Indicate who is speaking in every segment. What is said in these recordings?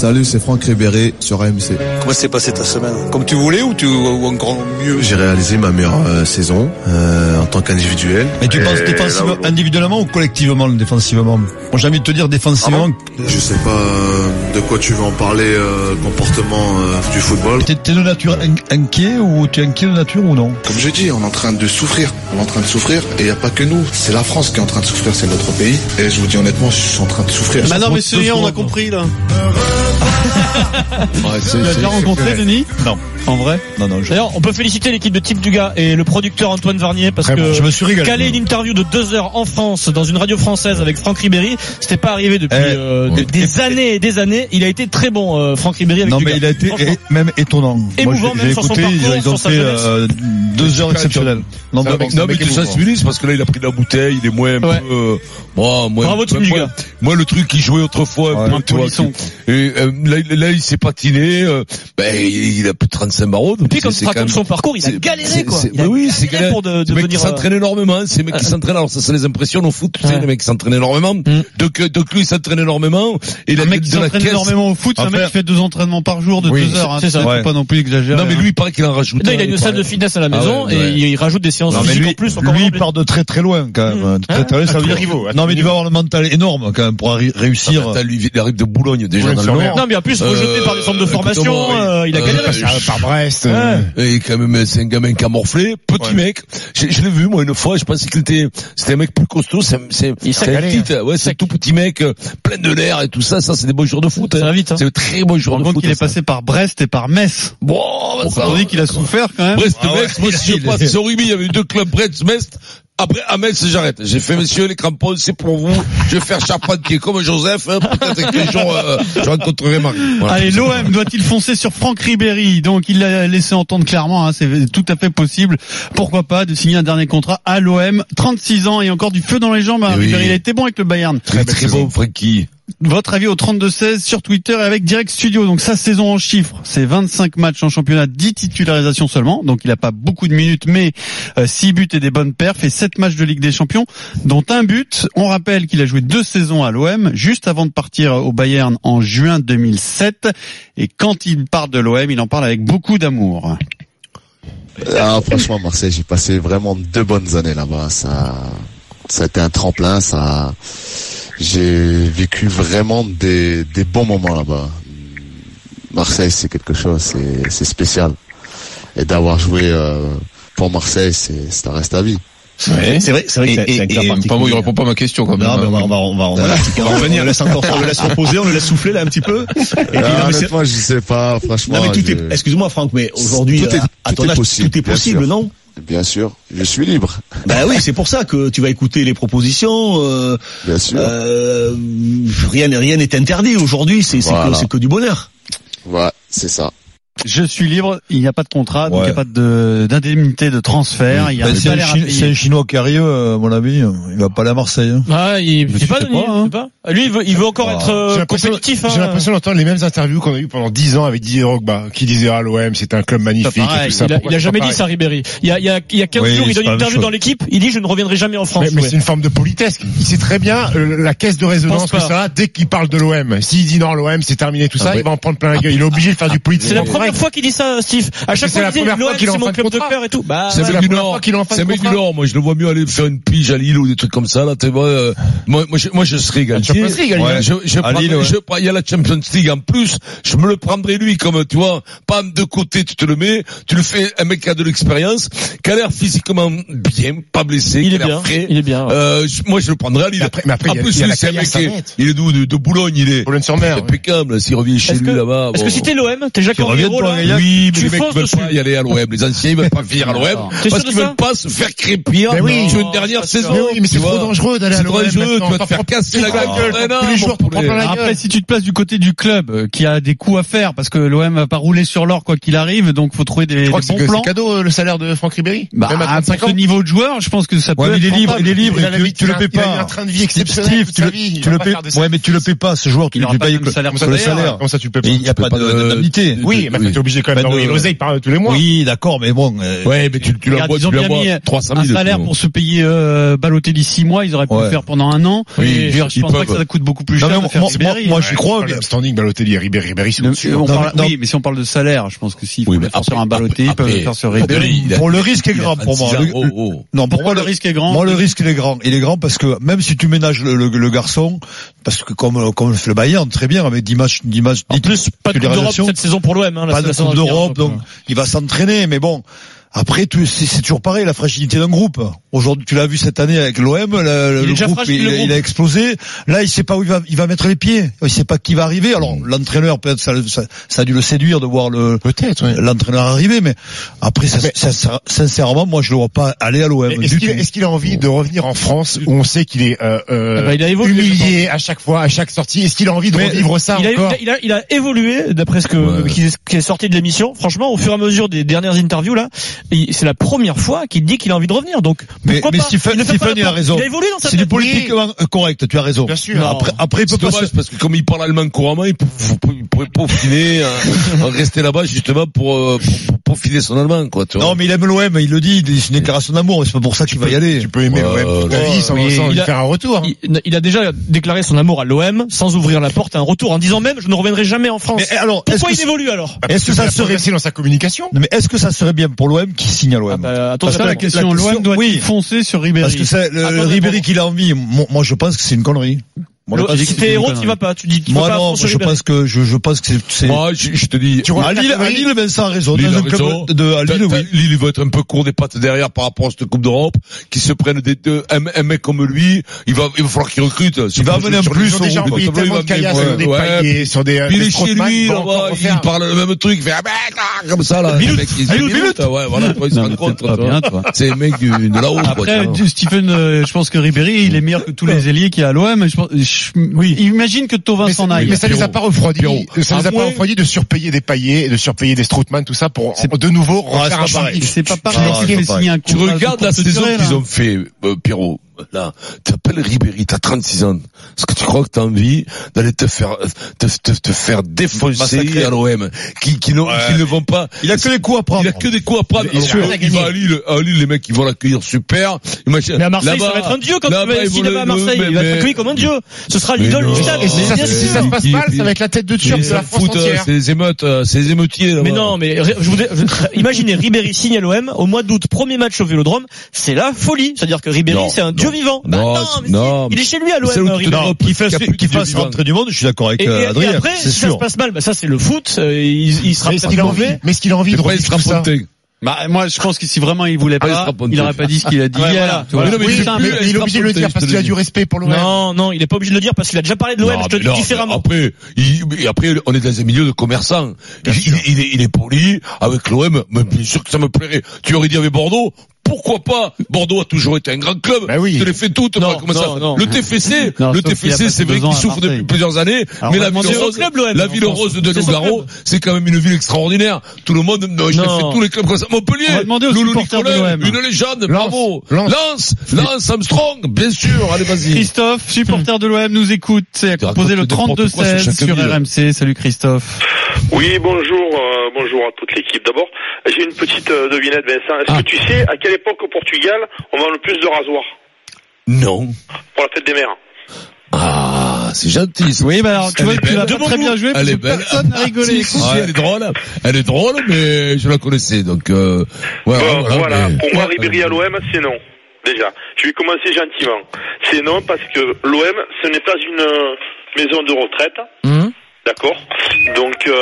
Speaker 1: Salut, c'est Franck Ribéry sur AMC.
Speaker 2: Comment s'est passée ta semaine Comme tu voulais ou, tu, ou encore mieux
Speaker 1: J'ai réalisé ma meilleure euh, saison euh, en tant qu'individuel.
Speaker 3: Mais tu penses
Speaker 4: Et
Speaker 3: défensive-
Speaker 4: là où-
Speaker 3: individuellement ou collectivement, défensivement Moi, j'ai envie de te dire
Speaker 4: Ah
Speaker 3: défensivement,
Speaker 1: Je sais pas euh, de quoi tu veux en parler, euh, comportement euh, du football.
Speaker 3: t'es t'es de nature in- inquiet ou tu es inquiet de nature ou non
Speaker 5: Comme je dis, on est en train de souffrir. On est en train de souffrir et il n'y a pas que nous. C'est la France qui est en train de souffrir, c'est notre pays. Et je vous dis honnêtement, je suis en train de souffrir.
Speaker 6: Bah non, mais c'est
Speaker 3: Deux
Speaker 6: rien, on a
Speaker 3: secondes.
Speaker 7: hein.
Speaker 6: compris là.
Speaker 3: Tu l'as déjà rencontré, Denis Non. En vrai Non, non. Je...
Speaker 7: D'ailleurs, on peut féliciter l'équipe de Team Dugas et le producteur Antoine Varnier parce
Speaker 3: Vraiment,
Speaker 7: que
Speaker 3: je me suis régalé.
Speaker 7: caler une interview de deux heures en France dans une radio française avec Franck Ribéry, c'était pas arrivé depuis
Speaker 3: Eh,
Speaker 7: euh, des,
Speaker 3: ouais.
Speaker 7: des années et des années. Il a été très bon, euh, Franck Ribéry. Avec
Speaker 3: Non, mais
Speaker 7: Dugas.
Speaker 3: il a été
Speaker 7: Franchement.
Speaker 3: é- même étonnant.
Speaker 7: Émouvant
Speaker 3: Moi, j'ai-
Speaker 7: même
Speaker 3: j'ai
Speaker 7: sur son
Speaker 3: écouté,
Speaker 7: parcours,
Speaker 3: ils ont
Speaker 7: sur sa
Speaker 3: fait
Speaker 7: jeunesse.
Speaker 3: euh, deux heures exceptionnelles. Non,
Speaker 4: Non, mais, non, mais tu sensibilises parce que là, il a pris de la bouteille, il est moins un
Speaker 7: Ouais.
Speaker 4: peu, euh, bon, moins,
Speaker 7: Bravo, Tim
Speaker 4: moins-
Speaker 7: Dugas.
Speaker 4: moins le truc qu'il jouait autrefois, un
Speaker 3: Ouais,
Speaker 4: peu, tu vois,
Speaker 7: polisson.
Speaker 4: qui- et, euh, là, il- là, il s'est patiné, euh, ben, il, il a plus de 35 maraudes.
Speaker 7: Puis
Speaker 4: c'est-
Speaker 7: comme
Speaker 4: c'est
Speaker 7: tu
Speaker 4: quand
Speaker 7: racontes
Speaker 4: même-
Speaker 7: son parcours, il a
Speaker 4: c'est-
Speaker 7: galéré
Speaker 4: c'est-
Speaker 7: quoi.
Speaker 4: c'est-
Speaker 7: Il a
Speaker 4: mais oui, c'est
Speaker 7: galéré
Speaker 4: galère.
Speaker 7: pour de,
Speaker 4: Ces mecs qui
Speaker 7: devenir. euh,
Speaker 4: s'entraînent énormément, hein, ces mecs qui
Speaker 7: euh,
Speaker 4: s'entraînent, alors ça, ça les impressionne au foot, tu sais,
Speaker 7: Ouais. Mm.
Speaker 4: les mecs qui s'entraînent énormément. Donc, euh, donc lui, il s'entraîne énormément, et il a
Speaker 8: Un mec
Speaker 4: de
Speaker 8: qui
Speaker 4: la
Speaker 8: s'entraîne
Speaker 4: caisse.
Speaker 8: énormément au foot, c'est un
Speaker 3: Après-
Speaker 8: mec qui fait deux entraînements par jour de
Speaker 4: Oui,
Speaker 8: deux heures. hein.
Speaker 7: c'est ça.
Speaker 8: Faut
Speaker 3: Ouais.
Speaker 8: Pas non plus exagérer.
Speaker 4: Non, mais lui, il paraît qu'il en rajoute.
Speaker 7: Non, il a
Speaker 4: hein,
Speaker 7: une salle de
Speaker 4: paraît.
Speaker 7: fitness à la
Speaker 4: Ah
Speaker 7: maison
Speaker 4: ouais, ouais.
Speaker 7: et il rajoute des séances
Speaker 8: hein.
Speaker 3: Non, mais
Speaker 7: physiques
Speaker 3: lui,
Speaker 7: en plus. encore
Speaker 3: lui, il
Speaker 7: remplé.
Speaker 3: part de très très loin quand même.
Speaker 7: Mmh.
Speaker 3: De Très très loin, ça veut dire. Non, mais il doit avoir le mental énorme quand même pour arri- réussir.
Speaker 4: Attends, Ah, lui, il arrive de Boulogne, déjà, dans le
Speaker 8: Boulogne-sur-Mer.
Speaker 4: Nord.
Speaker 7: Non, mais en plus rejeté
Speaker 4: Euh,
Speaker 7: par les centres de
Speaker 4: écoute,
Speaker 7: formation,
Speaker 4: moi,
Speaker 7: euh, il a
Speaker 4: euh,
Speaker 7: galéré.
Speaker 4: je-
Speaker 8: par Brest.
Speaker 7: euh,
Speaker 4: Et quand même, c'est un gamin qui a morflé, petit mec. Je, je l'ai vu moi une fois. Je pensais qu'il était, c'était un mec plus costaud. C'est, c'est,
Speaker 7: Il
Speaker 4: c'est
Speaker 7: sec,
Speaker 4: un
Speaker 7: allez,
Speaker 4: petit,
Speaker 8: hein.
Speaker 4: ouais, c'est un tout petit mec, euh, plein de l'air et tout ça. Ça, c'est des beaux jours de foot.
Speaker 7: Ça
Speaker 4: hein.
Speaker 7: va vite. hein.
Speaker 4: C'est un très beau
Speaker 8: Je me
Speaker 4: jour
Speaker 8: rends
Speaker 4: de
Speaker 8: compte
Speaker 4: foot. hein,
Speaker 8: qu'il est
Speaker 4: ça.
Speaker 8: passé par Brest et par Metz.
Speaker 4: Bon, bah, ça.
Speaker 8: On dit qu'il a souffert quand même.
Speaker 4: Brest,
Speaker 3: Ah ouais,
Speaker 4: Metz. Moi, si je
Speaker 3: il
Speaker 4: passe
Speaker 3: est-
Speaker 4: sur rugby, il y avait eu deux clubs Brest, Metz. Après, à Metz, j'arrête. J'ai fait, messieurs, les crampons, c'est pour vous. Je vais faire charpentier comme Joseph. hein. Peut-être que les gens, euh, je rencontrerai Marie. Voilà.
Speaker 8: Allez, l'OM doit-il foncer sur Franck Ribéry Donc il l'a laissé entendre clairement, hein, c'est tout à fait possible. Pourquoi pas de signer un dernier contrat à l'OM 36 ans et encore du feu dans les jambes. hein,
Speaker 4: Eh oui.
Speaker 8: Ribéry, il a été bon avec le Bayern.
Speaker 4: Très, très bon, Francky.
Speaker 8: Votre avis au 32-16 sur Twitter et avec Direct Studio. Donc sa saison en chiffres, c'est 25 matchs en championnat, 10 titularisations seulement. Donc il n'a pas beaucoup de minutes, mais 6 buts et des bonnes perfs et 7 matchs de Ligue des Champions, dont un but. On rappelle qu'il a joué deux saisons à l'OM, juste avant de partir au Bayern en juin 2007. Et quand il part de l'OM, il en parle avec beaucoup d'amour.
Speaker 9: Ah, franchement, Marseille, j'ai passé vraiment deux bonnes années là-bas. Ça, ça a été un tremplin. Ça, j'ai vécu vraiment des, des bons moments là-bas. Marseille, c'est quelque chose, c'est, c'est spécial. Et d'avoir joué euh, pour Marseille, c'est, ça reste à vie.
Speaker 10: C'est vrai, c'est vrai que c'est- c'est un club
Speaker 4: pas moi, il
Speaker 10: particulier.
Speaker 4: répond pas à ma question, quand même. hein.
Speaker 10: Non, mais on va, on va, on va, on va, on va revenir. On le laisse encore, on le laisse reposer, on le laisse souffler là un petit peu. Et puis, non,
Speaker 9: Ah,
Speaker 10: mais c'est-
Speaker 9: honnêtement, je sais pas. Franchement,
Speaker 10: non, mais tout
Speaker 9: je-
Speaker 10: est, excuse-moi Franck, mais aujourd'hui,
Speaker 9: Tout est-
Speaker 10: à- à
Speaker 9: tout
Speaker 10: ton
Speaker 9: est
Speaker 10: âge,
Speaker 9: possible,
Speaker 10: tout est
Speaker 9: bien
Speaker 10: possible,
Speaker 9: sûr.
Speaker 10: non?
Speaker 9: bien sûr, je suis libre.
Speaker 10: Ben oui, c'est pour ça que tu vas écouter les propositions, euh,
Speaker 9: Bien sûr.
Speaker 10: euh, rien, n'est- rien n'est interdit aujourd'hui, c'est, c'est que,
Speaker 9: Voilà.
Speaker 10: c'est que du bonheur.
Speaker 9: Ouais, c'est ça.
Speaker 8: Je suis libre, il n'y a pas de contrat, donc
Speaker 4: Ouais.
Speaker 8: il n'y a pas de, d'indemnité de transfert, il y a
Speaker 3: Ben,
Speaker 8: un
Speaker 3: c'est un,
Speaker 8: salaire à
Speaker 3: Chi-
Speaker 8: payer.
Speaker 3: c'est un chinois carieux, euh, à mon avis. Il va pas aller à Marseille. hein.
Speaker 7: Ah, il
Speaker 3: Mais
Speaker 7: je sais
Speaker 3: tu
Speaker 7: pas,
Speaker 3: sais
Speaker 7: Denis,
Speaker 3: pas, hein.
Speaker 7: je sais pas. Lui, il veut, il veut encore
Speaker 3: Ah.
Speaker 7: être euh,
Speaker 11: J'ai l'impression-
Speaker 7: compétitif. hein.
Speaker 11: J'ai l'impression d'entendre les mêmes interviews qu'on a eues pendant 10 ans avec Didier Drogba, qui disait ah l'OM c'est un club magnifique et
Speaker 8: pareil,
Speaker 11: tout ça.
Speaker 7: Il a,
Speaker 11: Pourquoi
Speaker 7: il a
Speaker 11: c'est
Speaker 7: jamais
Speaker 11: pas
Speaker 7: dit ça, Ribéry. Il y a, il y a, il y a 15
Speaker 3: Oui,
Speaker 7: jours, il
Speaker 3: c'est pas
Speaker 7: donne une
Speaker 3: la même
Speaker 7: interview
Speaker 3: chose.
Speaker 7: dans l'équipe. Il dit, je ne reviendrai jamais en France.
Speaker 11: Mais, mais
Speaker 7: ouais.
Speaker 11: c'est une forme de politesse. Il sait très bien euh, la caisse de
Speaker 7: Je pense
Speaker 11: résonance que
Speaker 7: pas.
Speaker 11: ça a dès qu'il parle de l'OM. S'il dit non l'OM c'est terminé tout ça, il va en prendre plein la gueule. Il est obligé de faire du politique.
Speaker 7: C'est la
Speaker 11: Correct.
Speaker 7: première fois qu'il dit ça, Steve. À chaque
Speaker 11: c'est
Speaker 7: fois
Speaker 11: la
Speaker 7: qu'il dit,
Speaker 11: première fois
Speaker 7: l'OM,
Speaker 11: qu'il est
Speaker 7: c'est
Speaker 11: en
Speaker 7: mon
Speaker 11: fin de
Speaker 7: club de
Speaker 11: contrat.
Speaker 7: cœur et tout. Bah,
Speaker 4: C'est un
Speaker 11: Ah,
Speaker 4: mec du
Speaker 11: ouais. C'est la première
Speaker 4: Nord.
Speaker 11: fois qu'il est en fin
Speaker 4: C'est un
Speaker 11: de
Speaker 4: mec du
Speaker 11: contrat.
Speaker 4: Nord. Moi, je le vois mieux aller faire une pige à Lille ou des trucs comme ça. Là, tu vois. euh, moi, moi, je, moi, je serais
Speaker 11: Champions
Speaker 4: Galtier.
Speaker 11: League, à
Speaker 3: Lille.
Speaker 4: Ouais, je, je
Speaker 3: À
Speaker 4: prends-
Speaker 3: Lille, ouais.
Speaker 4: je prends- il y a la Champions League en plus. Je me le prendrais lui comme, tu vois, pas de côté, tu te le mets. Tu le fais un mec qui a de l'expérience, qui a l'air physiquement bien, pas blessé,
Speaker 7: il est
Speaker 4: qui a l'air
Speaker 7: bien.
Speaker 4: frais.
Speaker 7: Il est bien. ouais.
Speaker 4: Euh, je- moi, je le prendrais à Lille.
Speaker 11: Mais après- mais après,
Speaker 4: en
Speaker 11: il y a-
Speaker 4: plus,
Speaker 11: il y a
Speaker 4: lui,
Speaker 11: la
Speaker 4: c'est un mec
Speaker 11: carrière
Speaker 4: qui est,
Speaker 11: s'arrête.
Speaker 4: il est d'où de, de Boulogne, il est
Speaker 11: Boulogne-sur-Mer. ouais.
Speaker 4: impeccable. S'il revient chez
Speaker 7: Est-ce
Speaker 4: lui
Speaker 7: que-
Speaker 4: là-bas.
Speaker 7: Est-ce que
Speaker 4: bon.
Speaker 7: si t'es l'OM, t'es Jacques
Speaker 3: Tu reviens
Speaker 7: Enguerrand,
Speaker 3: de
Speaker 7: là,
Speaker 3: Bragay
Speaker 4: Oui, mais
Speaker 7: tu
Speaker 4: les mecs
Speaker 7: fonces
Speaker 4: veulent
Speaker 7: dessus.
Speaker 4: pas y aller à l'OM. Les anciens, ils veulent pas finir à l'OM.
Speaker 7: T'es sûr
Speaker 4: Parce
Speaker 7: de
Speaker 4: qu'ils
Speaker 7: ça
Speaker 4: veulent pas se faire crépir
Speaker 11: Mais oui.
Speaker 4: sur une
Speaker 7: Non,
Speaker 4: dernière
Speaker 7: pas sûr.
Speaker 4: saison.
Speaker 11: Mais oui, mais
Speaker 4: tu
Speaker 11: c'est trop
Speaker 4: vois.
Speaker 11: dangereux d'aller à
Speaker 4: C'est
Speaker 11: l'OM.
Speaker 4: dangereux,
Speaker 11: maintenant.
Speaker 4: tu vas te
Speaker 11: T'en
Speaker 4: faire
Speaker 11: prends
Speaker 4: casser la
Speaker 11: plein
Speaker 4: gueule.
Speaker 11: t'en prends
Speaker 4: Non,
Speaker 11: Tous
Speaker 4: mon
Speaker 11: les jours, t'en prends
Speaker 4: poulet.
Speaker 11: plein la gueule.
Speaker 8: Après, si tu te places du côté du club euh, qui a des coups à faire, parce que l'OM va pas rouler sur l'or quoi qu'il arrive, donc faut trouver des,
Speaker 11: Je crois
Speaker 8: des
Speaker 11: que c'est
Speaker 8: bons
Speaker 11: que c'est
Speaker 8: plans.
Speaker 11: cadeau euh, le salaire de Franck Ribéry.
Speaker 8: Bah,
Speaker 11: Même à
Speaker 8: à
Speaker 11: 35
Speaker 8: ce
Speaker 11: ans.
Speaker 8: niveau de joueur, je pense que ça peut.
Speaker 3: Ouais, mais il est
Speaker 8: être
Speaker 3: libre,
Speaker 8: rentable.
Speaker 3: il est libre,
Speaker 11: Il a la
Speaker 3: tu,
Speaker 11: vie-
Speaker 3: tu
Speaker 11: il
Speaker 3: le
Speaker 11: a-
Speaker 3: payes
Speaker 11: il a eu
Speaker 3: pas.
Speaker 11: un train de vie exceptionnel
Speaker 3: Steve,
Speaker 11: toute
Speaker 3: tu
Speaker 11: sa
Speaker 3: le,
Speaker 11: vie, il
Speaker 3: tu le
Speaker 11: va pas
Speaker 3: payes,
Speaker 11: faire de
Speaker 3: ouais, mais tu le payes pas, ce joueur, tu
Speaker 8: Il
Speaker 3: le
Speaker 8: aura pas
Speaker 3: payes
Speaker 8: le même salaire
Speaker 3: sur le
Speaker 8: pour sa
Speaker 3: salaire.
Speaker 11: Comment ça tu peux pas
Speaker 3: Et Il n'y a
Speaker 4: Tu peux
Speaker 3: pas
Speaker 4: pas
Speaker 3: de-
Speaker 4: de-
Speaker 3: d'indemnité.
Speaker 11: Oui, mais
Speaker 4: oui.
Speaker 11: t'es obligé quand même
Speaker 4: Ben,
Speaker 11: d'envoyer
Speaker 4: euh,
Speaker 11: l'oseille par tous les mois.
Speaker 3: Oui, d'accord, mais bon. euh,
Speaker 4: Ouais, mais tu, tu
Speaker 8: Regarde,
Speaker 4: l'envoies,
Speaker 8: ils ont
Speaker 4: tu
Speaker 8: bien mis euh,
Speaker 4: l'envoies 300 000.
Speaker 8: un salaire
Speaker 4: euros.
Speaker 8: pour se payer euh, Balotelli 6 mois, ils auraient pu
Speaker 3: Ouais.
Speaker 8: le faire pendant un an.
Speaker 4: Oui,
Speaker 8: Et je veux dire, je
Speaker 4: ils
Speaker 8: pense pas
Speaker 4: peuvent.
Speaker 8: que ça coûte beaucoup plus
Speaker 3: Non,
Speaker 8: cher
Speaker 3: mais
Speaker 8: de
Speaker 3: moi,
Speaker 8: faire
Speaker 3: moi-
Speaker 8: Ribéry.
Speaker 3: moi, j'y crois,
Speaker 11: Quand
Speaker 3: mais-
Speaker 11: même standing Balotelli et Ribéry, Ribéry sont
Speaker 8: Le-
Speaker 11: au-dessus.
Speaker 8: on
Speaker 3: Non,
Speaker 8: parle-
Speaker 3: mais- non.
Speaker 8: oui, mais si on parle de salaire, je pense que si
Speaker 4: Oui,
Speaker 8: oui,
Speaker 4: mais
Speaker 8: faire sur
Speaker 4: après-
Speaker 8: un Balotelli, ils peuvent
Speaker 4: après-
Speaker 8: le faire sur
Speaker 4: après-
Speaker 8: Ribéry.
Speaker 4: il a-
Speaker 3: Bon, le risque est
Speaker 4: il a
Speaker 3: grand pour moi.
Speaker 4: 36 ans.
Speaker 3: Le-
Speaker 4: Oh, oh.
Speaker 3: Non,
Speaker 8: Pour moi,
Speaker 3: pourquoi
Speaker 8: le risque est grand.
Speaker 3: Moi, le risque, il est grand. Il est grand parce que même si tu ménages le, le- le garçon, parce que comme, comme le fait le Bayern, très bien, avec 10 matchs, 10 matchs,
Speaker 7: En plus, pas de
Speaker 3: Tu les
Speaker 7: Coupe d'Europe
Speaker 3: relations
Speaker 7: cette saison pour l'OM. Hein, la
Speaker 3: pas de
Speaker 7: saison
Speaker 3: Coupe
Speaker 7: dernière,
Speaker 3: d'Europe,
Speaker 7: donc,
Speaker 3: donc il va s'entraîner. Mais bon, après, tu- c'est c'est toujours pareil, la fragilité d'un groupe. Aujourd'hui, tu l'as vu cette année avec l'OM, le, le
Speaker 7: est déjà
Speaker 3: groupe,
Speaker 7: fragile,
Speaker 3: il,
Speaker 7: le groupe.
Speaker 3: il a explosé. Là, il sait pas où il va, il va mettre les pieds. Il sait pas qui va arriver. Alors, l'entraîneur, peut-être, ça, ça, ça a dû le séduire de voir le
Speaker 11: Peut-être, ouais.
Speaker 3: l'entraîneur arriver, mais après, ça,
Speaker 11: Mais-
Speaker 3: ça- ça- sincèrement, moi, je le vois pas aller à l'OM
Speaker 11: Est-ce
Speaker 3: du
Speaker 11: qu'il
Speaker 3: tout.
Speaker 11: est-ce qu'il a envie de revenir en France où on sait qu'il est euh, euh,
Speaker 8: Ah bah, il a évolué,
Speaker 11: humilié à chaque fois, à chaque sortie Est-ce qu'il a envie de
Speaker 3: Mais-
Speaker 11: revivre ça
Speaker 7: Il a,
Speaker 11: encore
Speaker 7: il a- il a évolué d'après ce que
Speaker 4: Ouais.
Speaker 7: qui, est- qui est sorti de l'émission. Franchement, au fur et à mesure des dernières interviews là, il- c'est la première fois qu'il dit qu'il a envie de revenir. Donc
Speaker 3: Mais,
Speaker 7: pourquoi
Speaker 3: mais
Speaker 7: pas
Speaker 3: Stephen,
Speaker 7: Il ne fait pas
Speaker 3: Stephen,
Speaker 7: la
Speaker 3: il a
Speaker 7: part.
Speaker 3: raison.
Speaker 7: Il a évolué dans sa
Speaker 3: C'est du
Speaker 7: tête.
Speaker 3: politiquement correct, tu as raison.
Speaker 11: Bien sûr.
Speaker 7: Non.
Speaker 3: Après, ah après, il peut
Speaker 4: C'est
Speaker 3: pas
Speaker 4: dommage
Speaker 3: se-
Speaker 4: parce que comme il parle allemand couramment, il peut- faut- faut- il pourrait peaufiner, euh, rester là-bas justement pour, euh, pour, pour peaufiner son allemand, quoi. Tu vois.
Speaker 3: Non, mais il aime l'OM, il le dit, il- c'est une déclaration d'amour, c'est pas pour ça qu'il va y aller.
Speaker 11: Tu peux aimer
Speaker 4: Ouais,
Speaker 11: le web toute ta
Speaker 4: ouais.
Speaker 11: vie sans,
Speaker 7: Mais
Speaker 11: sans
Speaker 7: il
Speaker 11: lui
Speaker 7: a-
Speaker 11: faire un retour. hein.
Speaker 7: Il, il a déjà déclaré son amour à l'OM sans ouvrir la porte à un retour en disant même je ne reviendrai jamais en France.
Speaker 3: Mais eh, alors, est-ce
Speaker 7: Pourquoi
Speaker 3: que
Speaker 7: il évolue alors
Speaker 11: Parce
Speaker 3: est-ce que
Speaker 11: qu'il
Speaker 3: ça
Speaker 11: a
Speaker 3: serait-
Speaker 11: progressé dans sa communication
Speaker 3: Non, Mais est-ce que ça serait bien pour l'OM qui signe à l'OM
Speaker 7: Ah bah, attends,
Speaker 8: C'est ça la
Speaker 7: attends.
Speaker 8: question.
Speaker 3: la question-
Speaker 8: L'OM doit
Speaker 3: oui.
Speaker 8: foncer sur Ribéry.
Speaker 3: Parce que c'est le,
Speaker 7: Attends,
Speaker 3: le
Speaker 7: attends,
Speaker 3: Ribéry
Speaker 7: attends.
Speaker 3: qu'il a envie. Moi, moi, je pense que c'est une connerie. Moi,
Speaker 7: Le-
Speaker 3: je pense que
Speaker 7: Si
Speaker 3: c'est
Speaker 7: t'es
Speaker 3: une
Speaker 7: héros,
Speaker 3: connerie.
Speaker 7: tu vas pas. Tu dis tu
Speaker 3: Moi,
Speaker 7: vas pas
Speaker 3: non,
Speaker 7: à fond
Speaker 3: je
Speaker 7: sur Ribéry.
Speaker 3: pense que je, je pense que c'est- c'est.
Speaker 4: Moi, je, je te dis,
Speaker 11: Tu vois,
Speaker 3: À Lille, à Lille, Vincent a raison.
Speaker 4: Lille
Speaker 3: Dans
Speaker 4: a
Speaker 3: un club
Speaker 4: raison.
Speaker 3: de- de à
Speaker 4: T'as-
Speaker 3: Lille,
Speaker 4: t'as-
Speaker 3: oui.
Speaker 4: Lille, il va être un peu court des pattes derrière par rapport à cette Coupe d'Europe, qui se prennent des deux, un, un mec comme lui, il va, il va falloir qu'il recrute.
Speaker 3: Il va amener un
Speaker 11: Sur-
Speaker 3: plus
Speaker 11: Ils ont
Speaker 3: au
Speaker 11: déjà
Speaker 3: groupe.
Speaker 11: envoyé
Speaker 4: Tableau,
Speaker 11: tellement
Speaker 4: il
Speaker 11: de
Speaker 4: va me
Speaker 11: caillasses
Speaker 4: dire,
Speaker 11: sur des
Speaker 4: ouais.
Speaker 11: pailliers, sur
Speaker 3: euh,
Speaker 11: des
Speaker 4: Puis il
Speaker 11: des
Speaker 4: est chez
Speaker 11: Strootman,
Speaker 4: lui,
Speaker 11: ils vont
Speaker 4: là-bas,
Speaker 11: encore
Speaker 4: il
Speaker 11: refaire.
Speaker 4: parle le même truc, il fait, ah, ben, ah, comme ça, là. Le mec, il se
Speaker 7: Allez,
Speaker 4: déminute,
Speaker 7: minute.
Speaker 4: ouais, voilà, tu vois, il se
Speaker 8: Non, mais
Speaker 4: rencontre,
Speaker 8: t'es pas
Speaker 4: tu vois.
Speaker 8: bien, toi.
Speaker 4: C'est un mec du, de là-haut, quoi, tu
Speaker 8: Après,
Speaker 4: vois.
Speaker 8: du- Stephen, euh, je pense que Ribéry, il est meilleur que tous les ailiers qui y a à l'OM. Je pense- je- Imagine que Tovin
Speaker 11: Mais,
Speaker 8: s'en
Speaker 11: mais
Speaker 8: aille. Ah,
Speaker 11: ça les a pas refroidis. Ça les a
Speaker 4: À moins-
Speaker 11: pas refroidis de surpayer des paillets et de surpayer des Strootman, tout ça pour
Speaker 8: C'est-
Speaker 11: de nouveau
Speaker 3: c'est
Speaker 11: refaire
Speaker 3: pas
Speaker 11: un
Speaker 3: pareil.
Speaker 11: chantier.
Speaker 8: C'est pas
Speaker 3: Ah,
Speaker 8: pareil.
Speaker 3: c'est
Speaker 8: qu'il ait
Speaker 3: pas pareil.
Speaker 8: signé un
Speaker 4: Tu
Speaker 8: contrat
Speaker 4: regardes
Speaker 8: de
Speaker 4: la
Speaker 8: courte
Speaker 4: saison
Speaker 8: durée, là.
Speaker 4: qu'ils ont fait, euh, Pierrot. Là, t'appelles Ribéry, t'as 36 ans. Est-ce que tu crois que t'as envie d'aller te faire, te, te, te faire défoncer
Speaker 3: Massacrer.
Speaker 4: à l'OM? Qui, qui, n'ont- qui ne vont pas.
Speaker 3: Il a que les coups à prendre.
Speaker 4: Il a que des coups à prendre.
Speaker 11: Il est sûr.
Speaker 4: Alors, il va à Lille, à Lille, les mecs, ils vont l'accueillir super. Imagine-
Speaker 7: Mais à Marseille, ça
Speaker 4: là-bas-
Speaker 7: va être un dieu quand
Speaker 4: là-bas,
Speaker 7: tu vas
Speaker 4: ils
Speaker 7: s'il
Speaker 4: vont
Speaker 7: est pas à
Speaker 4: le-
Speaker 7: Marseille. Il va
Speaker 4: mais-
Speaker 7: être accueilli comme un dieu. Ce sera
Speaker 4: Mais
Speaker 7: l'idole
Speaker 4: non.
Speaker 7: du stade.
Speaker 11: Et si ça-
Speaker 7: Bien
Speaker 11: si
Speaker 7: sûr.
Speaker 11: ça se passe
Speaker 4: Qui-
Speaker 11: mal,
Speaker 4: qui-
Speaker 11: ça va être la tête de
Speaker 4: Qui-
Speaker 11: turc de la France
Speaker 4: foot, euh,
Speaker 11: entière.
Speaker 4: C'est les émeutes, euh, c'est les émeutiers, là-bas.
Speaker 7: Mais non, mais ré- je voudrais, je- imaginez Ribéry signe à l'OM au mois d'août, premier match au Vélodrome, c'est la folie. C'est-à-dire que Ribéry,
Speaker 4: Non,
Speaker 7: c'est un
Speaker 4: non.
Speaker 7: dieu vivant. Bah,
Speaker 4: Non, c'est-
Speaker 7: mais si,
Speaker 4: non,
Speaker 7: il est chez lui à l'OM.
Speaker 4: c'est où tu te
Speaker 7: Ribéry.
Speaker 4: trompes.
Speaker 3: Qu'il fasse,
Speaker 4: Il y a plus hein. de
Speaker 3: qu'il fasse
Speaker 4: Dieu vivant.
Speaker 3: rentrer du monde, je suis d'accord avec
Speaker 7: Et,
Speaker 3: euh,
Speaker 7: et- et
Speaker 3: Adrien.
Speaker 7: après,
Speaker 3: C'est
Speaker 7: si ça se
Speaker 3: sûr.
Speaker 7: passe mal, bah ça c'est le foot. euh, il, il sera
Speaker 11: Mais est-ce qu'il
Speaker 7: peut-être
Speaker 11: a envie,
Speaker 7: mauvais.
Speaker 11: mais est-ce qu'il a envie de
Speaker 4: C'est pas
Speaker 11: revivre tout ça
Speaker 4: Strapontin.
Speaker 8: Bah, moi, je pense que si vraiment il voulait
Speaker 4: Allez,
Speaker 8: pas,
Speaker 4: Strapontin.
Speaker 8: il aurait pas dit ce qu'il a dit
Speaker 7: Ouais,
Speaker 8: hier.
Speaker 7: voilà.
Speaker 8: tu vois.
Speaker 4: Mais non, mais
Speaker 11: Oui,
Speaker 4: il est
Speaker 11: mais
Speaker 4: plus-
Speaker 11: il est obligé de le dire
Speaker 4: Strapontin,
Speaker 11: parce
Speaker 4: je te
Speaker 11: qu'il a
Speaker 4: le
Speaker 11: du
Speaker 4: dis.
Speaker 11: respect pour l'OM.
Speaker 7: Non, non, il est pas obligé de le dire parce qu'il a déjà parlé de l'OM.
Speaker 4: Non,
Speaker 7: Je te
Speaker 4: mais
Speaker 7: le dis
Speaker 4: non,
Speaker 7: différemment.
Speaker 4: Après, il- mais après, on est dans un milieu de commerçants. Il, il- il est, il est poli avec l'OM, mais bien sûr que ça me plairait. Tu aurais dit avec Bordeaux, pourquoi pas Bordeaux a toujours été un grand club.
Speaker 8: Ben
Speaker 11: Bah oui.
Speaker 4: Je te l'ai fait toutes.
Speaker 7: Non,
Speaker 4: pas comme ça.
Speaker 7: non, non.
Speaker 4: Le TFC,
Speaker 8: Non, sauf
Speaker 4: le
Speaker 8: qu'il a
Speaker 4: TFC,
Speaker 8: passé
Speaker 4: c'est vrai
Speaker 8: deux ans
Speaker 4: qu'il
Speaker 8: à
Speaker 4: souffre
Speaker 8: Marseille.
Speaker 4: depuis plusieurs années,
Speaker 8: Alors,
Speaker 4: mais
Speaker 8: on
Speaker 4: la
Speaker 8: va
Speaker 4: ville
Speaker 8: demander au
Speaker 4: rose,
Speaker 7: club, l'OM,
Speaker 4: la
Speaker 7: en
Speaker 4: ville
Speaker 7: France.
Speaker 4: rose de
Speaker 7: C'est son
Speaker 4: Lugaro,
Speaker 7: club.
Speaker 4: c'est quand même une ville extraordinaire. Tout le monde, non, je l'ai
Speaker 7: Non.
Speaker 4: fait tous les clubs comme ça. Montpellier,
Speaker 8: On va demander aux
Speaker 4: Loulou
Speaker 8: supporters de
Speaker 4: Nicolet,
Speaker 8: l'OM.
Speaker 4: une légende,
Speaker 11: Lance,
Speaker 4: bravo.
Speaker 11: Lance.
Speaker 4: Lance, Lance Armstrong, bien sûr, allez vas-y.
Speaker 8: Christophe, supporter de l'OM, nous écoute. C'est à
Speaker 4: Tu
Speaker 8: composer le
Speaker 4: racontes n'importe quoi sur
Speaker 8: 32-16
Speaker 4: chaque
Speaker 8: sur
Speaker 4: ville.
Speaker 8: RMC. Salut Christophe.
Speaker 6: Oui, bonjour, euh, bonjour à toute l'équipe. D'abord, j'ai une petite euh, devinette, Vincent. Est-ce
Speaker 4: Ah.
Speaker 6: que tu sais à quelle époque au Portugal on vend le plus de rasoirs
Speaker 4: Non.
Speaker 6: pour la tête des mers
Speaker 4: Ah, c'est gentil. ça.
Speaker 8: Oui, bah alors, tu
Speaker 4: Elle
Speaker 8: vois,
Speaker 4: est
Speaker 8: tu l'as
Speaker 4: belle.
Speaker 8: pas très
Speaker 4: Demande-nous.
Speaker 8: bien joué parce
Speaker 4: Elle
Speaker 8: que
Speaker 4: est belle.
Speaker 8: personne n'a rigolé.
Speaker 4: Si, si, si, Elle est drôle, elle est drôle, mais je la connaissais, donc euh, ouais,
Speaker 6: Bon,
Speaker 4: voilà.
Speaker 6: voilà.
Speaker 4: mais-
Speaker 6: Pour moi, Ribéry à l'OM, c'est non. Déjà, je vais commencer gentiment. C'est non parce que l'OM, ce n'est pas une euh, maison de retraite,
Speaker 7: Mhm.
Speaker 6: d'accord Donc, euh,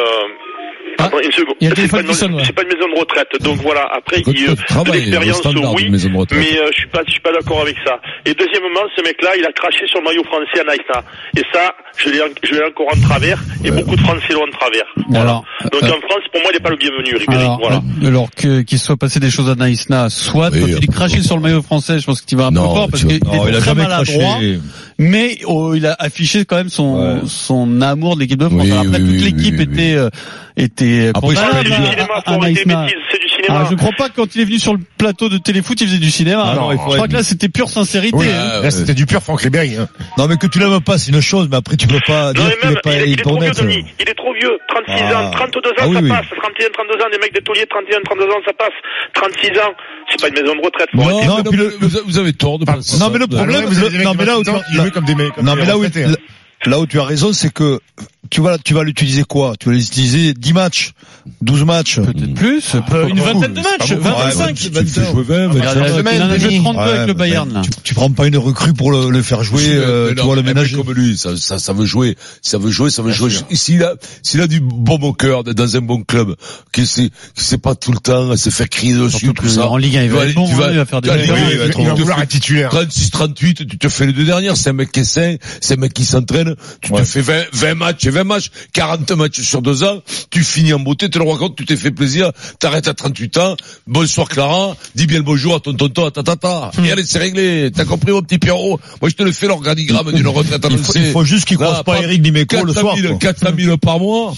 Speaker 7: Ah,
Speaker 6: attends, une seconde.
Speaker 7: il y a le
Speaker 6: C'est
Speaker 7: téléphone
Speaker 6: pas, une-
Speaker 7: qui sonne, ouais.
Speaker 6: c'est pas une maison de retraite, donc voilà. Après,
Speaker 4: Quand
Speaker 6: il,
Speaker 4: tu
Speaker 6: euh,
Speaker 4: peux
Speaker 6: de
Speaker 4: travailler, le
Speaker 6: l'expérience,
Speaker 4: standard
Speaker 6: oui,
Speaker 4: d'une maison de retraite.
Speaker 6: mais euh, je suis pas, je suis pas d'accord avec ça. Et deuxièmement, ce mec-là, il a craché sur le maillot français à Naïsa. Et ça, je l'ai, en- je l'ai encore en travers, et beaucoup de Français l'ont en travers.
Speaker 8: Alors,
Speaker 6: Donc
Speaker 8: euh,
Speaker 6: en France, pour moi, il n'est pas le bienvenu, Ribéry.
Speaker 8: alors,
Speaker 6: voilà.
Speaker 8: euh, alors que qu'il soit passé des choses à Naïsna, soit
Speaker 4: Oui,
Speaker 8: quand il
Speaker 4: après,
Speaker 8: est craché
Speaker 4: bon.
Speaker 8: sur le maillot français, je pense que tu vas un
Speaker 4: Non,
Speaker 8: peu fort
Speaker 4: tu
Speaker 8: parce
Speaker 4: vas-
Speaker 8: qu'il
Speaker 3: Non, il
Speaker 8: est
Speaker 3: a
Speaker 8: très
Speaker 3: jamais
Speaker 8: maladroit,
Speaker 3: craché.
Speaker 8: mais oh, il a affiché quand même son son amour de l'équipe de France.
Speaker 4: Oui,
Speaker 8: Alors après,
Speaker 4: oui,
Speaker 8: toute
Speaker 4: oui,
Speaker 8: l'équipe
Speaker 4: oui, oui.
Speaker 8: était euh, était
Speaker 4: Après, je
Speaker 6: Ah,
Speaker 8: condamnable
Speaker 6: c'est du cinéma,
Speaker 8: à, à
Speaker 6: faut arrêter les
Speaker 8: Naïsna.
Speaker 6: bêtises, c'est du cinéma.
Speaker 8: euh, Ah, je crois pas que quand il est venu sur le plateau de téléfoot, il faisait du cinéma.
Speaker 11: Ah non,
Speaker 8: je
Speaker 11: il faut
Speaker 8: crois
Speaker 11: être-
Speaker 8: que là, c'était pure sincérité.
Speaker 11: Oui,
Speaker 8: hein.
Speaker 11: là, c'était du pur Franck Ribéry. hein.
Speaker 3: Non, mais que tu l'aimes pas, c'est une chose, mais après, tu peux pas
Speaker 6: Non,
Speaker 3: dire
Speaker 6: mais
Speaker 3: qu'il
Speaker 6: même,
Speaker 3: est pas
Speaker 6: il, est- il est trop vieux,
Speaker 3: honnête.
Speaker 6: Denis. Il est trop vieux. 36
Speaker 3: Ah.
Speaker 6: ans, 32 ans,
Speaker 3: Ah oui,
Speaker 6: ça
Speaker 3: oui.
Speaker 6: passe. 31, 32 ans, des mecs des tauliers, 31, 32 ans, ça passe. 36 ans, c'est pas une maison de retraite.
Speaker 4: Non,
Speaker 6: Faut arrêter.
Speaker 4: non, mais vous, vous avez tort de
Speaker 8: Ah,
Speaker 4: penser
Speaker 3: Non,
Speaker 4: ça.
Speaker 3: mais le
Speaker 11: Alors,
Speaker 3: problème,
Speaker 11: vous avez
Speaker 3: le-
Speaker 11: des mecs
Speaker 3: non,
Speaker 11: qui
Speaker 3: mais là où
Speaker 11: maintenant,
Speaker 3: tu-
Speaker 11: ils jouent comme des mecs. comme
Speaker 3: Non,
Speaker 11: des
Speaker 3: mais là où,
Speaker 11: retraités, hein.
Speaker 3: là où tu as raison, c'est que tu vois, tu vas l'utiliser quoi Tu vas l'utiliser 10 matchs, 12 matchs.
Speaker 8: Euh, Peut-être plus. peu-
Speaker 7: Une vingtaine de matchs, 25.
Speaker 4: Tu fais jouer 20,
Speaker 8: Il y en a-
Speaker 4: 25.
Speaker 8: il y en a joué 32 avec le Bayern, là.
Speaker 3: Tu, tu prends pas une recrue pour le, le faire jouer,
Speaker 4: Mais
Speaker 3: euh,
Speaker 4: non,
Speaker 3: tu vois, le
Speaker 4: mais un mec
Speaker 3: ménager.
Speaker 4: comme lui, ça, ça, ça veut jouer, ça veut jouer, ça veut jouer. S'il a, s'il a du bon au cœur d'être dans un bon club, qui sait, qui sait pas tout le temps à se faire crier dessus,
Speaker 8: Surtout
Speaker 4: tout
Speaker 8: que
Speaker 4: ça.
Speaker 8: en Ligue 1, il
Speaker 4: tu
Speaker 8: va
Speaker 4: aller-
Speaker 8: être bon,
Speaker 4: tu vas-
Speaker 8: hein, il va faire des
Speaker 4: tu vas
Speaker 8: belles
Speaker 4: aller-
Speaker 8: arrêts,
Speaker 4: tu
Speaker 8: il va
Speaker 4: vas
Speaker 11: Il
Speaker 4: te
Speaker 11: va
Speaker 4: faire
Speaker 11: vouloir être titulaire.
Speaker 4: 36, 38, tu te fais les deux dernières, c'est un mec qui est sain, c'est un mec qui s'entraîne, tu te fais 20, 20 matchs et 20 matchs, 40 matchs sur deux ans, tu finis en beauté, tu le racontes, tu t'es fait plaisir, t'arrêtes à 38 ans, bonsoir Clara, dis bien le bonjour à ton tonton, à ta tata,
Speaker 3: Hmm.
Speaker 4: et allez, c'est réglé, t'as compris mon petit Pierrot, moi je te le fais l'organigramme d'une retraite
Speaker 3: Il faut,
Speaker 4: annoncée. Ah,
Speaker 3: il faut juste qu'il
Speaker 4: Là,
Speaker 3: croise pas Eric Dimeco le
Speaker 4: 400
Speaker 3: soir.
Speaker 4: 000,
Speaker 3: quoi.
Speaker 4: 400 000 par mois,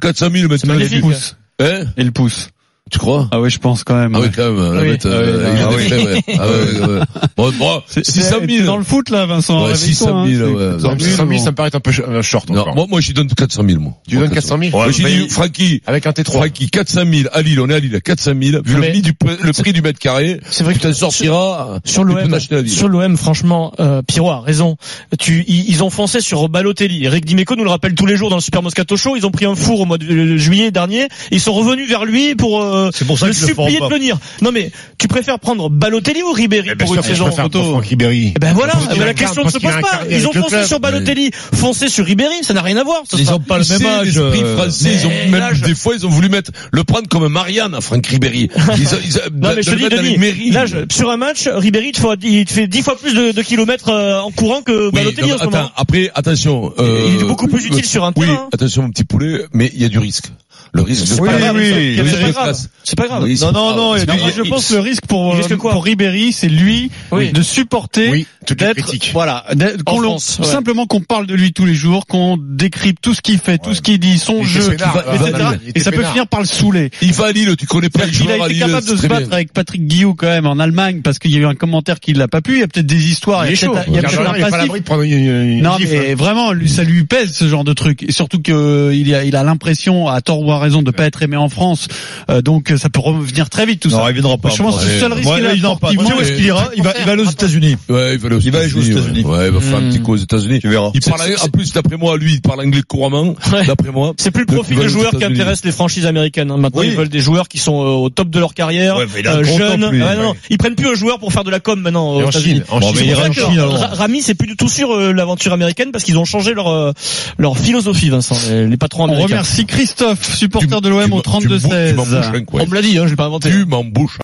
Speaker 4: 400 000 maintenant.
Speaker 8: Et le
Speaker 4: il est-
Speaker 8: pouce.
Speaker 4: Hein
Speaker 8: Et le pouce.
Speaker 4: tu crois
Speaker 8: Ah ouais, je pense quand même.
Speaker 4: ah oui,
Speaker 8: ouais.
Speaker 4: quand même, la
Speaker 8: Oui.
Speaker 4: bête, euh,
Speaker 8: Ah oui,
Speaker 4: il a
Speaker 8: ah
Speaker 4: des
Speaker 8: oui.
Speaker 4: frais, ouais. Ah ouais, ouais. Bon, bon,
Speaker 8: C'est-
Speaker 4: 600
Speaker 8: c'est
Speaker 4: 000.
Speaker 8: dans le foot là, Vincent.
Speaker 4: Ouais,
Speaker 8: réveille-toi,
Speaker 4: 600 000,
Speaker 8: hein,
Speaker 4: ouais.
Speaker 8: c'est-
Speaker 11: 100 000, ça me paraît un peu ch- euh, short
Speaker 4: Non,
Speaker 11: encore.
Speaker 4: moi, moi, j'y donne 400 000, moi.
Speaker 11: Tu donnes 400 000
Speaker 4: Moi, j'ai dit, Francky,
Speaker 11: Avec un T3.
Speaker 4: Francky, 400 000, à Lille, on est à Lille, à 400 000, vu le,
Speaker 7: Mais-
Speaker 4: prix du, pre- le prix du mètre carré, c'est vrai que tu t'en sortiras,
Speaker 7: Sur
Speaker 4: tu peux
Speaker 7: l'OM,
Speaker 4: t'acheter la ville.
Speaker 7: sur l'OM, franchement, euh, Pierrot a raison. Tu, ils, ils ont foncé sur Balotelli. Eric Dimeco nous le rappelle tous les jours dans le Super Moscato Show. Ils ont pris un four au mois de euh, juillet dernier. Ils sont revenus vers lui pour, euh,
Speaker 3: C'est pour ça
Speaker 7: le
Speaker 3: qu'ils le feront
Speaker 7: supplier de
Speaker 3: pas.
Speaker 7: venir. Non mais, tu préfères prendre Balotelli ou Ribéry
Speaker 11: Eh ben,
Speaker 7: pour
Speaker 11: sûr
Speaker 7: une
Speaker 11: que je
Speaker 7: saison
Speaker 11: préfère pour Franck Ribéry.
Speaker 7: Eh ben voilà,
Speaker 11: Parce qu'il
Speaker 7: eh ben la
Speaker 11: incarne,
Speaker 7: question ne
Speaker 11: parce
Speaker 7: se
Speaker 11: qu'il
Speaker 7: pose
Speaker 11: a
Speaker 7: pas.
Speaker 11: incarné
Speaker 7: Ils
Speaker 11: avec
Speaker 7: ont
Speaker 11: le
Speaker 7: foncé
Speaker 11: club.
Speaker 7: sur Balotelli, foncé sur Ribéry, ça n'a rien à voir. ce
Speaker 4: Ils
Speaker 7: sera-
Speaker 4: ont pas le même âge. L'esprit français, ils ont même,
Speaker 7: euh, l'âge-
Speaker 4: des fois, ils ont voulu mettre, le prendre comme un Marianne à Franck Ribéry. Ils ont, ils ont,
Speaker 7: Non mais je te dis Denis,
Speaker 4: mairie.
Speaker 7: là je- sur un match, Ribéry il te faut- il te fait dix fois plus de, de kilomètres euh, en courant que
Speaker 4: Oui,
Speaker 7: Balotelli
Speaker 4: non,
Speaker 7: en ce
Speaker 4: attends,
Speaker 7: moment.
Speaker 4: après, attention. euh,
Speaker 7: Il est beaucoup plus utile
Speaker 4: euh,
Speaker 7: sur un
Speaker 4: Oui,
Speaker 7: terrain. hein.
Speaker 4: attention mon petit poulet, mais il y a du risque. Le risque de
Speaker 3: Oui,
Speaker 4: pas-
Speaker 7: grave,
Speaker 3: oui,
Speaker 7: ça.
Speaker 3: oui,
Speaker 7: C'est
Speaker 4: oui,
Speaker 7: pas
Speaker 4: oui.
Speaker 7: grave. C'est pas grave.
Speaker 4: Le risque.
Speaker 3: Non, non, non, il y a
Speaker 8: Mais
Speaker 3: du-
Speaker 8: moi, je
Speaker 4: il-
Speaker 8: pense le risque pour
Speaker 7: il
Speaker 8: euh,
Speaker 7: risque quoi
Speaker 8: pour Ribéry, c'est lui
Speaker 7: Oui.
Speaker 8: de supporter
Speaker 11: Oui, toutes les
Speaker 8: d'être
Speaker 11: critiques.
Speaker 8: voilà d'être-
Speaker 7: En
Speaker 8: qu'on le-
Speaker 7: France, ouais.
Speaker 8: simplement qu'on parle de lui tous les jours, qu'on décrypte tout ce qu'il fait, tout ce qu'il dit, son
Speaker 11: Il était
Speaker 8: jeu,
Speaker 11: peinard,
Speaker 8: etc.
Speaker 11: euh, Valère, il
Speaker 8: Et
Speaker 11: était
Speaker 8: ça peut
Speaker 11: peinard.
Speaker 8: finir par le saouler.
Speaker 4: Il va à Lille, tu connais pas le
Speaker 8: Il a
Speaker 4: joueur à
Speaker 8: été
Speaker 4: Lille.
Speaker 8: capable de
Speaker 4: c'est
Speaker 8: se
Speaker 4: très
Speaker 8: battre
Speaker 4: bien.
Speaker 8: avec Patrick Guillou quand même en Allemagne parce qu'il y a eu un commentaire qui l'a pas pu. Il y a peut-être des histoires.
Speaker 11: Il est
Speaker 8: peut-être-
Speaker 11: chaud.
Speaker 8: il y a
Speaker 11: Gardien,
Speaker 8: peut-être un
Speaker 11: il est pas à
Speaker 8: passif.
Speaker 11: l'abri de prendre une- une
Speaker 8: Non
Speaker 11: gifle.
Speaker 8: mais vraiment, lui, ça lui pèse ce genre de truc. Et surtout que euh, il a il a l'impression, à tort ou à raison, de pas être aimé en France. Euh, donc euh, ça peut revenir très vite tout
Speaker 3: Non,
Speaker 8: ça.
Speaker 3: il viendra pas.
Speaker 8: Je pense que c'est le seul risque qu'il a
Speaker 3: il n'en pas. Tu
Speaker 8: sportivement.
Speaker 3: sais où est-ce qu'il ira? Il va, il va aller aux États-Unis.
Speaker 4: Ouais, il va aller aux
Speaker 3: Il va aller jouer aux
Speaker 4: États-Unis.
Speaker 3: États-Unis.
Speaker 4: Ouais, Ouais, il va faire un
Speaker 8: Hmm.
Speaker 4: petit coup aux États-Unis.
Speaker 3: Tu verras.
Speaker 4: Il parle, en plus, d'après moi, lui, il parle anglais couramment.
Speaker 7: Ouais.
Speaker 4: D'après moi.
Speaker 7: C'est plus le
Speaker 4: Donc,
Speaker 7: profil
Speaker 4: ils
Speaker 7: de
Speaker 4: veulent
Speaker 7: joueurs
Speaker 4: aux
Speaker 7: qui
Speaker 4: États-Unis.
Speaker 7: intéresse les franchises américaines. hein. Maintenant,
Speaker 3: Oui.
Speaker 7: ils veulent des joueurs qui sont euh, au top de leur carrière,
Speaker 3: Ouais, mais il a
Speaker 7: euh,
Speaker 3: un gros
Speaker 7: jeunes.
Speaker 3: top, lui.
Speaker 7: Ouais, non, non. Ils prennent plus un joueur pour faire de la com maintenant
Speaker 11: Et
Speaker 7: aux
Speaker 11: en
Speaker 7: États-Unis.
Speaker 11: Chine. En
Speaker 3: Bon,
Speaker 11: Chine.
Speaker 3: mais il
Speaker 7: C'est
Speaker 3: ira
Speaker 7: pour ça
Speaker 3: en
Speaker 7: que
Speaker 3: Chine,
Speaker 7: Ra-
Speaker 3: alors.
Speaker 7: Rami, c'est plus du tout sûr euh, l'aventure américaine parce qu'ils ont changé leur euh, leur philosophie, Vincent. Les, les patrons
Speaker 8: On
Speaker 7: américains.
Speaker 8: 32 Christophe, supporter de
Speaker 4: Tu
Speaker 8: l'OM au
Speaker 4: m'en- tu m'en- tu m'embauches,
Speaker 8: 32-16.
Speaker 4: Lincoln.
Speaker 7: l'a dit, hein, je l'ai pas inventé.
Speaker 4: Tu m'embouches.